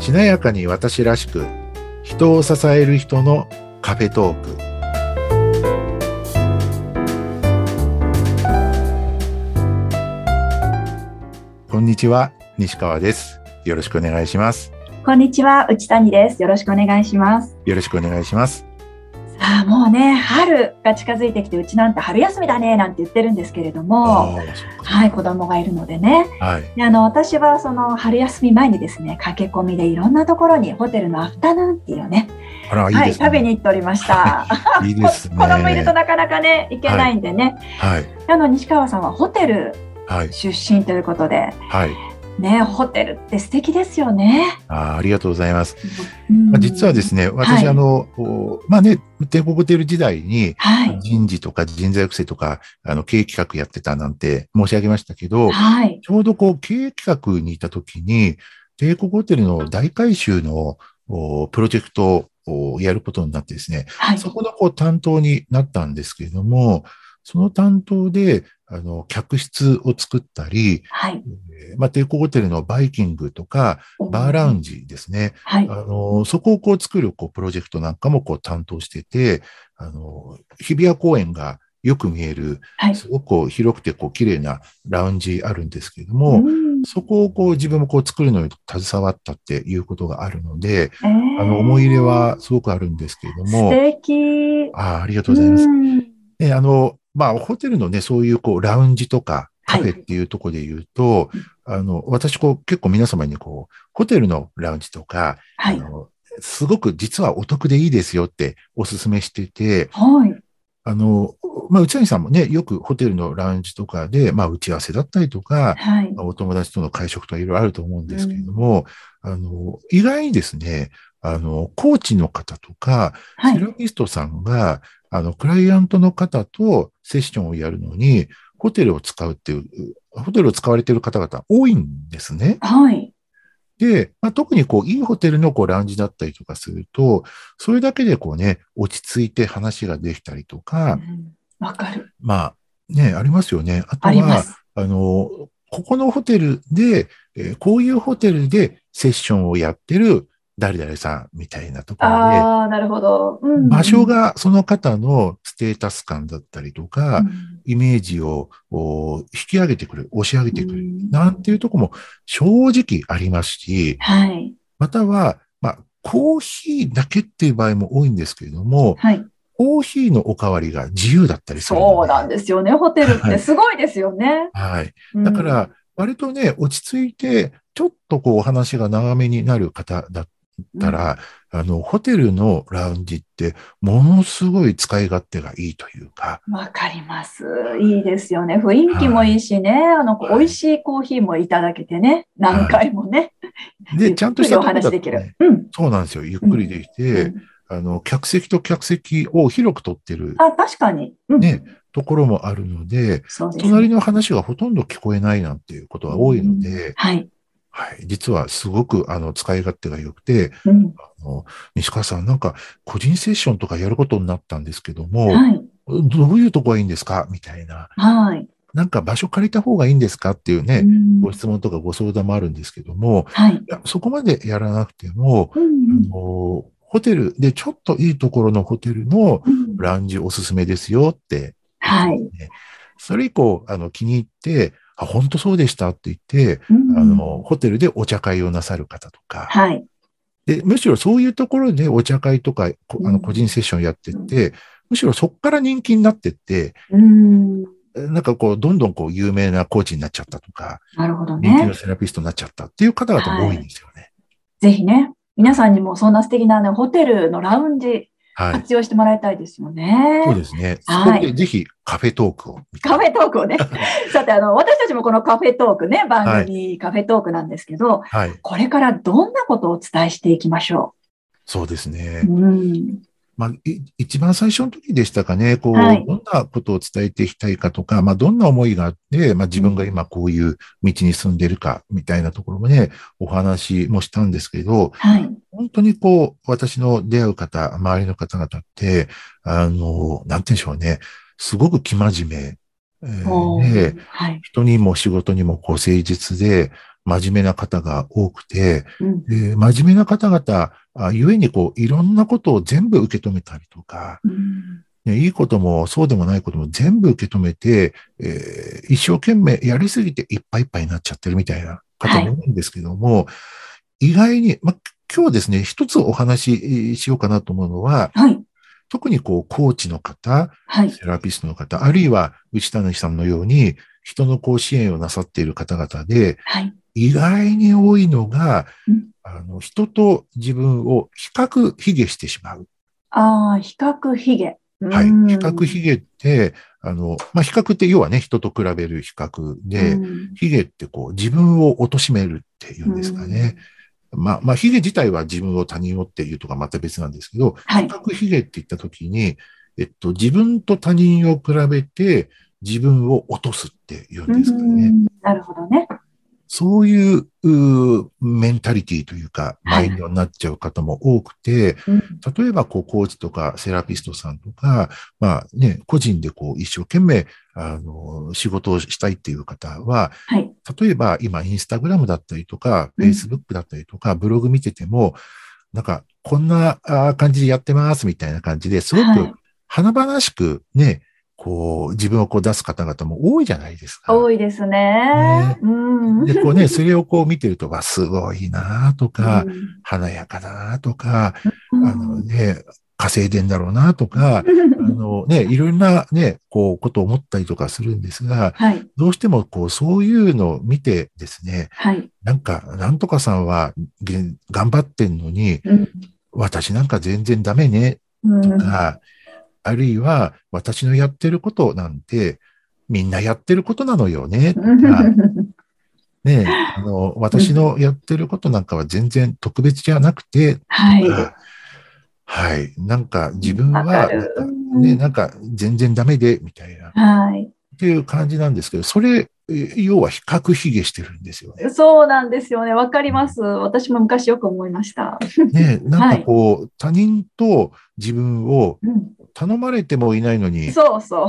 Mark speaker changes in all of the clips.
Speaker 1: 華やかに私らしく人を支える人のカフェトークこんにちは西川ですよろしくお願いします
Speaker 2: こんにちは、内谷です。よろしくお願いします。
Speaker 1: よろしくお願いします
Speaker 2: さあ、もうね、春が近づいてきて、うちなんて春休みだね、なんて言ってるんですけれども、
Speaker 1: あーそっか
Speaker 2: はい、子供がいるのでね。
Speaker 1: はい
Speaker 2: であの、私はその春休み前にですね、駆け込みでいろんなところにホテルのアフタヌーンティーをね、
Speaker 1: あらいい
Speaker 2: はい、
Speaker 1: ですね、
Speaker 2: 食べに行っており ました。
Speaker 1: いいですね
Speaker 2: 子供いるとなかなかね、行けないんでね。
Speaker 1: はい
Speaker 2: あの、西川さんはホテル
Speaker 1: はい
Speaker 2: 出身ということで、
Speaker 1: はい
Speaker 2: ね、ホテルって素敵ですよね。
Speaker 1: あーありがとうございます、
Speaker 2: うん
Speaker 1: まあ、実はですね私、
Speaker 2: はい
Speaker 1: あのおまあね帝国ホテル時代に
Speaker 2: はい。
Speaker 1: 人事とか人材育成とか、あの、経営企画やってたなんて申し上げましたけど、
Speaker 2: はい。
Speaker 1: ちょうどこう、経営企画にいた時に、帝国ホテルの大改修のおプロジェクトをやることになってですね、
Speaker 2: はい。
Speaker 1: そこのこう担当になったんですけれども、その担当で、あの、客室を作ったり、
Speaker 2: はい。
Speaker 1: えーまあ、帝国ホテルのバイキングとか、バーラウンジですね。
Speaker 2: はい
Speaker 1: あ。の、そこをこう作るこうプロジェクトなんかもこう担当してて、あの、日比谷公園がよく見える、
Speaker 2: はい。
Speaker 1: すごくこう広くてこう綺麗なラウンジあるんですけれども、
Speaker 2: うん
Speaker 1: そこをこう自分もこう作るのに携わったっていうことがあるので、
Speaker 2: えー
Speaker 1: あの、思い入れはすごくあるんですけれど
Speaker 2: 素
Speaker 1: も、
Speaker 2: 敵。
Speaker 1: あーありがとうございます。
Speaker 2: ん
Speaker 1: ね、あの、まあ、ホテルのね、そういうこうラウンジとかカ
Speaker 2: はい
Speaker 1: フェっていうところで言うと、あの、私こう結構皆様にこう、ホテルのラウンジとか、
Speaker 2: は
Speaker 1: あ
Speaker 2: い。
Speaker 1: のすごく実はお得でいいですよってお勧めしてて、
Speaker 2: はい。
Speaker 1: あの、まあ、内谷さんもね、よくホテルのラウンジとかで、まあ、打ち合わせだったりとか、
Speaker 2: はい。
Speaker 1: お友達との会食とかいろいろあると思うんですけれども、あの、意外にですね、あの、コーチの方とか、
Speaker 2: は
Speaker 1: セ
Speaker 2: い。
Speaker 1: ラピストさんが、あの、クライアントの方とセッションをやるのに、ホテルを使うっていう、ホテルを使われている方々多いんですね。
Speaker 2: はい。
Speaker 1: で、まあ、特にこう、いいホテルのこう、ラウンジだったりとかすると、それだけでこうね、落ち着いて話ができたりと
Speaker 2: う
Speaker 1: か、
Speaker 2: んわかる。
Speaker 1: まあ、ね、ありますよね。あと
Speaker 2: ありま
Speaker 1: は、
Speaker 2: す。
Speaker 1: あの、ここのホテルで、えーこういうホテルでセッションをやってる誰々さんみたいなところ
Speaker 2: ああ、なるほど。う
Speaker 1: で、
Speaker 2: ん
Speaker 1: 場所、がその方のステータス感だったりとか、
Speaker 2: うん
Speaker 1: イメージをお引き上げてくれる、押し上げてくれる、
Speaker 2: うん
Speaker 1: なんていうとこも正直ありますし、
Speaker 2: はい。
Speaker 1: または、まあ、コーヒーだけっていう場合も多いんですけれども、
Speaker 2: はい。
Speaker 1: コーヒーのおかわりが自由だったりするので。
Speaker 2: そうなんですよね。ホテルっ
Speaker 1: は
Speaker 2: て
Speaker 1: い
Speaker 2: すごいですよね。
Speaker 1: はい。
Speaker 2: うん
Speaker 1: だから、、割とね、落ち着いて、ちょっとこうお話が長めになる方だったら、あの、ホテルのラウンジって、ものすごい使い勝手がいいというか、
Speaker 2: うんわかります。いいですよね。雰囲気もいいしね。あの、
Speaker 1: はい
Speaker 2: 美味しいコーヒーもいただけてね。何回もね。 ゆ
Speaker 1: で、
Speaker 2: っ
Speaker 1: ちゃんと
Speaker 2: く
Speaker 1: し
Speaker 2: り
Speaker 1: た
Speaker 2: お
Speaker 1: とこだ
Speaker 2: 話
Speaker 1: と
Speaker 2: でき
Speaker 1: ね
Speaker 2: る。。うん。
Speaker 1: そうなんですよ。ゆっくりできて、あの、客席と客席を広く取ってる
Speaker 2: あ、確かに。うん。
Speaker 1: ね、ところもあるので、
Speaker 2: そうですね
Speaker 1: 隣の話がほとんど聞こえないなんていうことが多いので、
Speaker 2: はい。
Speaker 1: はい、実はすごくあの使い勝手が良くて、
Speaker 2: うん。
Speaker 1: あの西川さん、なんか個人セッションとかやることになったんですけども、
Speaker 2: はい。
Speaker 1: どういうとこがいいんですかみたいな、
Speaker 2: はい。
Speaker 1: なんか場所借りた方がいいんですかっていう
Speaker 2: う
Speaker 1: ね、
Speaker 2: ん
Speaker 1: ご質問とかご相談もあるんですけども、
Speaker 2: はい。
Speaker 1: いやそこまでやらなくても、
Speaker 2: うん
Speaker 1: あのホテルでちょっといいところのホテルの
Speaker 2: うん
Speaker 1: ラウンジおすすめですよって
Speaker 2: はい。
Speaker 1: それ以降、あの、気に入って、あ、本当そうでしたって言って、
Speaker 2: うん
Speaker 1: あの、ホテルでお茶会をなさる方とか、
Speaker 2: はい。
Speaker 1: で、むしろそういうところでお茶会とか、こあ
Speaker 2: う
Speaker 1: の、
Speaker 2: ん
Speaker 1: 個人セッションやってって、むしろそこから人気になってって、
Speaker 2: うん。
Speaker 1: なんかこう、どんどんこう、有名なコーチになっちゃったとか、
Speaker 2: なるほど
Speaker 1: 人気
Speaker 2: ね
Speaker 1: の。セラピストになっちゃったっていう方々も多いんですよね。
Speaker 2: ぜひね、皆さんにもそんな素敵なね、ホテルのラウンジ
Speaker 1: はい。
Speaker 2: 活用してもらいたいですよね。
Speaker 1: そうですね。そ
Speaker 2: はい
Speaker 1: こでぜひカフェトークを。
Speaker 2: カフェトー クをね。さて、あの、私たちもこのカフェトークね、番組カフェトークなんですけど、
Speaker 1: はい。
Speaker 2: これからどんなことをお伝えしていきましょ
Speaker 1: そうですね。
Speaker 2: う。うん。
Speaker 1: まあ、い一番最初の時でしたかね、こう、
Speaker 2: はい
Speaker 1: どんなことを伝えていきたいかとか、まあ、どんな思いがあって、まあ、自分が今こういう道に進んでるか、みたいなところもね、お話もしたんですけど、
Speaker 2: はい。
Speaker 1: 本当にこう、私の出会う方、周りの方々って、あの、なんて言うんでしょうね、すごく生真面目、えー
Speaker 2: お
Speaker 1: で
Speaker 2: ーはい。
Speaker 1: 人にも仕事にもこう誠実で、真面目な方が多くて、
Speaker 2: うん
Speaker 1: で真面目な方々、あゆえにこう、いろんなことを全部受け止めたりとか、
Speaker 2: うん
Speaker 1: ねいいこともそうでもないことも全部受け止めて、えー一生懸命やりすぎていっぱいいっぱいになっちゃってるみたいな方も多いんですけども、意外に、ま、今日ですね、一つお話ししようかなと思うのは、
Speaker 2: はい。
Speaker 1: 特にこう、コーチの方、
Speaker 2: はい。
Speaker 1: セラピストの方、あるいは内谷さんのように、人のこう支援をなさっている方々で、
Speaker 2: はい。
Speaker 1: 意外に多いのが
Speaker 2: うん、
Speaker 1: あの、人と自分を比較卑下してしまう。
Speaker 2: ああ、比較卑下。
Speaker 1: はい。比
Speaker 2: うん
Speaker 1: 較卑下って、あの、まあ、比較って要はね、人と比べる比較で、
Speaker 2: うん
Speaker 1: 卑下ってこう、自分を貶めるっていうんですかね。。まあ、まあ、卑下自体は自分を他人をっていうとかまた別なんですけど、
Speaker 2: は
Speaker 1: 比
Speaker 2: い。
Speaker 1: 較卑下って言ったときに、えっと、自分と他人を比べて自分を落とすっていうんですか
Speaker 2: う
Speaker 1: ね。
Speaker 2: んなるほどね。
Speaker 1: そういううーメンタリティというか、マ
Speaker 2: はい
Speaker 1: インドになっちゃう方も多くて、
Speaker 2: うん
Speaker 1: 例えば、こう、コーチとかセラピストさんとか、まあね、個人でこう、一生懸命、あの、仕事をしたいっていう方は、
Speaker 2: はい。
Speaker 1: 例えば今インスタグラムだったりとか、
Speaker 2: うん
Speaker 1: Facebook だったりとか、ブログ見てても、なんかこんなあー感じでやってますみたいな感じですご
Speaker 2: はい
Speaker 1: く華々しくね、こう自分をこう出す方々も多いじゃないですか。
Speaker 2: 多いですね
Speaker 1: ね。
Speaker 2: うん。
Speaker 1: で、こうね、それをこう見てると、わ、すごいなとか、
Speaker 2: うん
Speaker 1: 華やかだなとか、あのね、稼いでんだろうなとか、あのね、いろんなね、こう、ことを思ったりとかするんですが、
Speaker 2: はい。
Speaker 1: どうしてもこう、そういうのを見てですね、
Speaker 2: はい。
Speaker 1: なんか、なんとかさんはげん頑張ってんのに、
Speaker 2: うん
Speaker 1: 私なんか全然ダメね、
Speaker 2: うん
Speaker 1: とか、あるいは、私のやってることなんて、みんなやってることなのよね、とか、ねえ、あの、私のやってることなんかは全然特別じゃなくて、
Speaker 2: はい。
Speaker 1: とかはい、なんか自分は、
Speaker 2: わかる
Speaker 1: なんかね、なんか全然ダメで、みたいな、っ
Speaker 2: はい。
Speaker 1: ていう感じなんですけど、それ、え要は比較卑下してるんですよね。
Speaker 2: そうなんですよね。わかります。私も昔よく思いました。
Speaker 1: ね、なんかこう、他人と自分を
Speaker 2: うん
Speaker 1: 頼まれてもいないのに、ね、
Speaker 2: そうそう。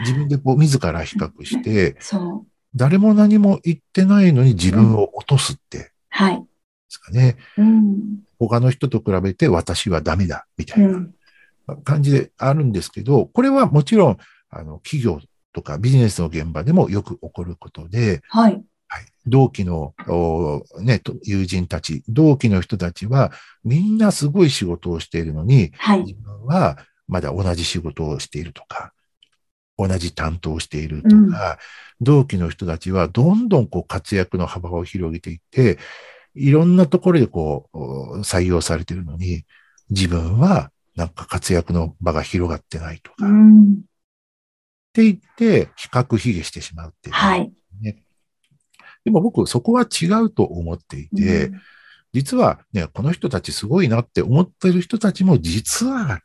Speaker 1: 自分でこう自ら比較して、
Speaker 2: そう。
Speaker 1: 誰も何も言ってないのに自分を落とすって、で
Speaker 2: はい。
Speaker 1: すかね。
Speaker 2: うん。
Speaker 1: 他の人と比べて私はダメだ、みた
Speaker 2: う
Speaker 1: い
Speaker 2: ん
Speaker 1: な感じであるんですけど、これはもちろん、あの、企業とかビジネスの現場でもよく起こることで、
Speaker 2: はい。
Speaker 1: はい、同期の、おね、と友人たち、同期の人たちは、みんなすごい仕事をしているのに、
Speaker 2: はい。
Speaker 1: 自分はまだ同じ仕事をしているとか、同じ担当をしていると
Speaker 2: うん
Speaker 1: か、同期の人たちはどんどんこう活躍の幅を広げていって、いろんなところでこうお採用されているのに、自分はなんか活躍の場が広がってないとか、
Speaker 2: う
Speaker 1: っ
Speaker 2: ん。
Speaker 1: て言って、比較卑下してしまうっていう。
Speaker 2: はい。
Speaker 1: でも僕、そこは違うと思っていて、
Speaker 2: うん
Speaker 1: 実はね、この人たちすごいなって思ってる人たちも実は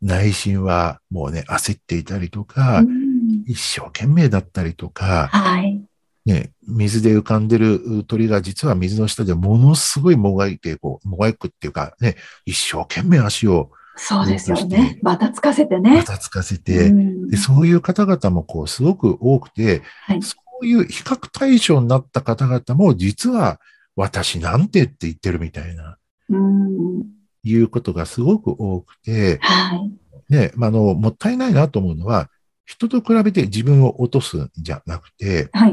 Speaker 1: 内心はもうね、焦っていたりとか、
Speaker 2: うん
Speaker 1: 一生懸命だったりとか、
Speaker 2: はい。
Speaker 1: ね、水で浮かんでる鳥が実は水の下でものすごいもがいて、こう、もがいくっていうかね、一生懸命足を
Speaker 2: そうですよ
Speaker 1: 動かし
Speaker 2: ね
Speaker 1: て。
Speaker 2: またつかせて
Speaker 1: ま
Speaker 2: ね。
Speaker 1: たつかせ
Speaker 2: う
Speaker 1: て、
Speaker 2: ん
Speaker 1: でそういう方々もこう、すごく多くて、
Speaker 2: はい
Speaker 1: そういう比較対象になった方々も実は私なんてって言ってるみたいな、
Speaker 2: うん
Speaker 1: いうことがすごく多くて、
Speaker 2: はい。
Speaker 1: ね、まあ、あの、もったいないなと思うのは、人と比べて自分を落とすんじゃなくて、
Speaker 2: はい。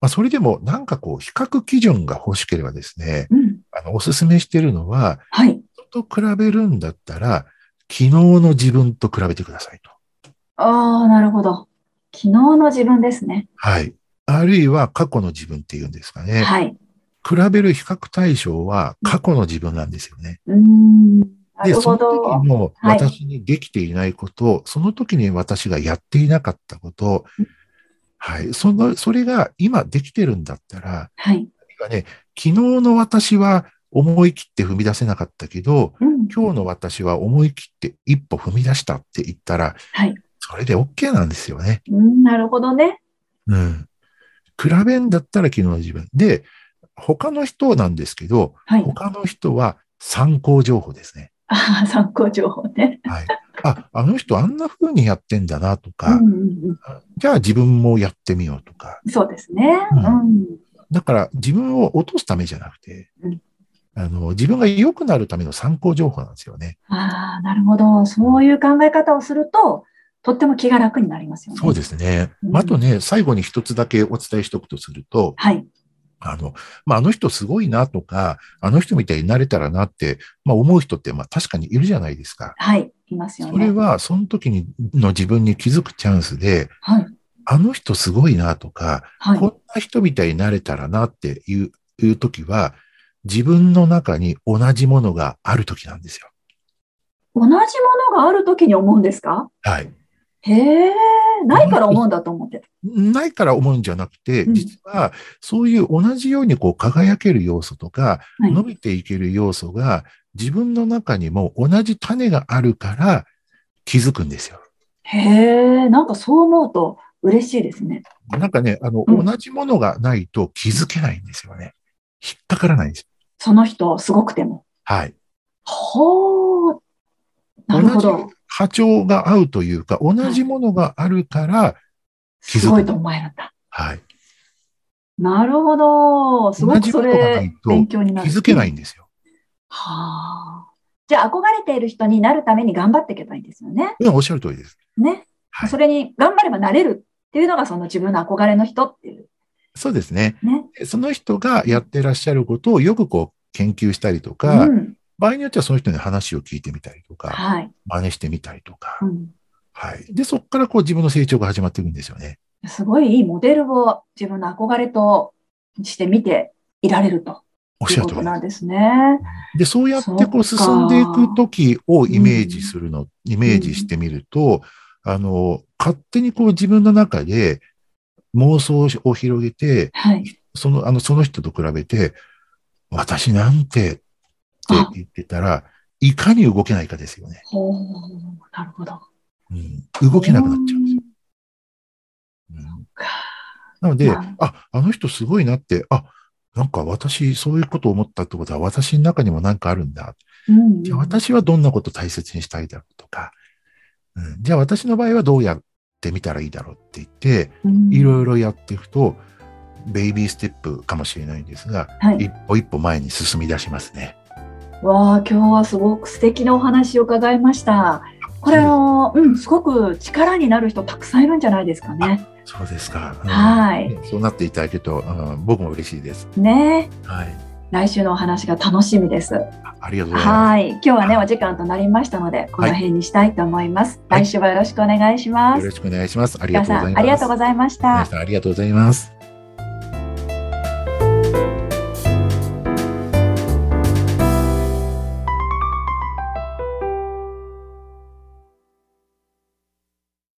Speaker 1: まあ、それでもなんかこう、比較基準が欲しければですね、
Speaker 2: うん
Speaker 1: あの、おすすめしてるのは、
Speaker 2: はい。
Speaker 1: 人と比べるんだったら、昨日の自分と比べてくださいと。
Speaker 2: ああ、なるほど。昨日の自分ですね。
Speaker 1: はい。あるいは過去の自分っていうんですかね。
Speaker 2: はい。
Speaker 1: 比べる比較対象は過去の自分なんですよね。
Speaker 2: うん。な
Speaker 1: で、
Speaker 2: る
Speaker 1: そ
Speaker 2: ほ
Speaker 1: の時
Speaker 2: ど。
Speaker 1: の
Speaker 2: はい
Speaker 1: 私にできていないこと、その時に私がやっていなかったこと
Speaker 2: うん、
Speaker 1: はい。その、それが今できてるんだったら、
Speaker 2: はい。
Speaker 1: ね、昨日の私は思い切って踏み出せなかったけど、
Speaker 2: うん。
Speaker 1: 今日の私は思い切って一歩踏み出したって言ったら、
Speaker 2: はい。
Speaker 1: それで OK なんですよね。
Speaker 2: うんなるほどね。
Speaker 1: うん。比べんだったら昨日の自分。で、他の人なんですけど、
Speaker 2: はい。
Speaker 1: 他の人は参考情報ですね。
Speaker 2: ああ、参考情報ね。
Speaker 1: はい。あ、あの人あんな風にやってんだなと
Speaker 2: う
Speaker 1: か、
Speaker 2: んうんう
Speaker 1: じゃあ自分もやってみようとか、
Speaker 2: ん、そうですね。
Speaker 1: うん
Speaker 2: うん。
Speaker 1: だから自分を落とすためじゃなくて、
Speaker 2: うん
Speaker 1: あの、自分が良くなるための参考情報なんですよね。
Speaker 2: ああ、なるほど。そういう考え方をすると、とっても気が楽になりますよね。
Speaker 1: そうですね。
Speaker 2: うん
Speaker 1: あとね、最後に一つだけお伝えしておくとすると、
Speaker 2: はい。
Speaker 1: あの、まあ、あの人すごいなとか、あの人みたいになれたらなって、まあ、思う人って、まあ、確かにいるじゃないですか。
Speaker 2: はい。いますよね。
Speaker 1: それは、その時にの自分に気づくチャンスで、
Speaker 2: はい。
Speaker 1: あの人すごいなとか、
Speaker 2: はい。
Speaker 1: こんな人みたいになれたらなっていう、いう時は、自分の中に同じものがある時なんですよ。
Speaker 2: 同じものがあるときに思うんですか
Speaker 1: はい。
Speaker 2: へえ、ないから思うんだと思ってた。
Speaker 1: ないから思うんじゃなくて、
Speaker 2: うん
Speaker 1: 実は、そういう同じようにこう輝ける要素とか、
Speaker 2: はい
Speaker 1: 伸びていける要素が、自分の中にも同じ種があるから気づくんですよ。
Speaker 2: へえ、なんかそう思うと嬉しいですね。
Speaker 1: なんかね、あの、
Speaker 2: うん
Speaker 1: 同じものがないと気づけないんですよね。引っかからないんですよ。
Speaker 2: その人、すごくても。
Speaker 1: はい。
Speaker 2: ほう。なるほ
Speaker 1: 同
Speaker 2: ど
Speaker 1: じ。波長が合うというか、同じものがあるから、気づく
Speaker 2: すごいと思えるんだ。
Speaker 1: はい。
Speaker 2: なるほど。すごく
Speaker 1: 同
Speaker 2: そ
Speaker 1: じことがな
Speaker 2: れ
Speaker 1: い、と
Speaker 2: 勉強にな
Speaker 1: 気
Speaker 2: る。。
Speaker 1: づけないいんですよ。
Speaker 2: はあ。じゃあ、憧れている人になるために頑張っていけばいいんですよね。
Speaker 1: うん、おっしゃる通りです。
Speaker 2: ね。
Speaker 1: はい
Speaker 2: それに頑張ればなれるっていうのが、その自分の憧れの人っていう。
Speaker 1: そうですね。
Speaker 2: ね。
Speaker 1: でその人がやってらっしゃることをよくこう、研究したりとか、
Speaker 2: うん。
Speaker 1: 場合によってはその人に話を聞いてみたりとか、
Speaker 2: はい。
Speaker 1: 真似してみたりとか
Speaker 2: う、ん。
Speaker 1: はい。で、そこからこう自分の成長が始まっていくんですよね。
Speaker 2: すごいいいモデルを自分の憧れとして見ていられると
Speaker 1: おっ
Speaker 2: い
Speaker 1: し
Speaker 2: う
Speaker 1: ゃる
Speaker 2: こ
Speaker 1: 通りで
Speaker 2: と
Speaker 1: す
Speaker 2: なんですね。
Speaker 1: で、そうやってこう進んでいくときをイメージするの、イメージしてみると、あの、勝手にこう自分の中で妄想を広げて、
Speaker 2: はい。
Speaker 1: その、あの、その人と比べて、私なんてって
Speaker 2: あ
Speaker 1: 言ってたら、いかに動けないかですよね。
Speaker 2: ほう。なるほど。
Speaker 1: うん、動けなくなっちゃうんですよ。うんなので、
Speaker 2: はい
Speaker 1: あ、あの人すごいなって、あ、なんか私そういうことを思ったってことは私の中にもなんかあるんだ。
Speaker 2: うん。
Speaker 1: じゃあ私はどんなことを大切にしたいだろうとか、うん、じゃあ私の場合はどうやってみたらいいだろうって言って、
Speaker 2: うん
Speaker 1: いろいろやっていくと、ベイビーステップかもしれないんですが、
Speaker 2: はい
Speaker 1: 一歩一歩前に進み出しますね。
Speaker 2: わあ、今日はすごく素敵なお話を伺いました。これあの、うん、すごく力になる人たくさんいるんじゃないですかね。
Speaker 1: そうですか。うん
Speaker 2: はい。
Speaker 1: ねそうなっていただけると、うん僕も嬉しいです。
Speaker 2: ね
Speaker 1: はい。
Speaker 2: 来週のお話が楽しみです。
Speaker 1: あありがとうございます。
Speaker 2: はい。今日はね、お時間となりましたので、この辺にしたいと思います。
Speaker 1: はい
Speaker 2: 来週はよろしくお願いしま
Speaker 1: よ
Speaker 2: す
Speaker 1: ろ。しくお願いします。あり
Speaker 2: 皆
Speaker 1: がとうござい
Speaker 2: さ
Speaker 1: ま
Speaker 2: ん、
Speaker 1: す。
Speaker 2: ありがとうございました
Speaker 1: 皆。さんありがとうございます。